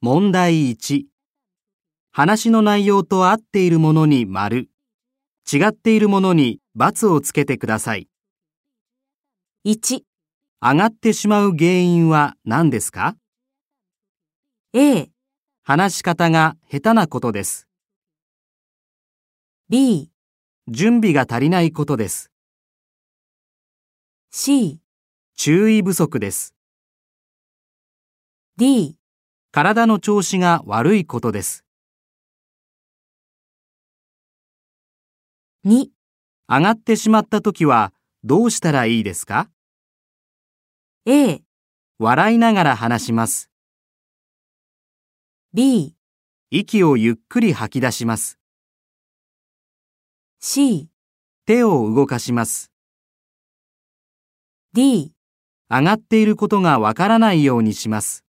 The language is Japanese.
問題1。話の内容と合っているものに丸、違っているものに×をつけてください。 1、上がってしまう原因は何ですか A、話し方が下手なことです。 B、準備が足りないことです。 C、注意不足です。 D。体の調子が悪いことです。 2、上がってしまった時はどうしたらいいですか A、笑いながら話します。 B、息をゆっくり吐き出します。 C、手を動かします。 D。上がっていることがわからないようにします。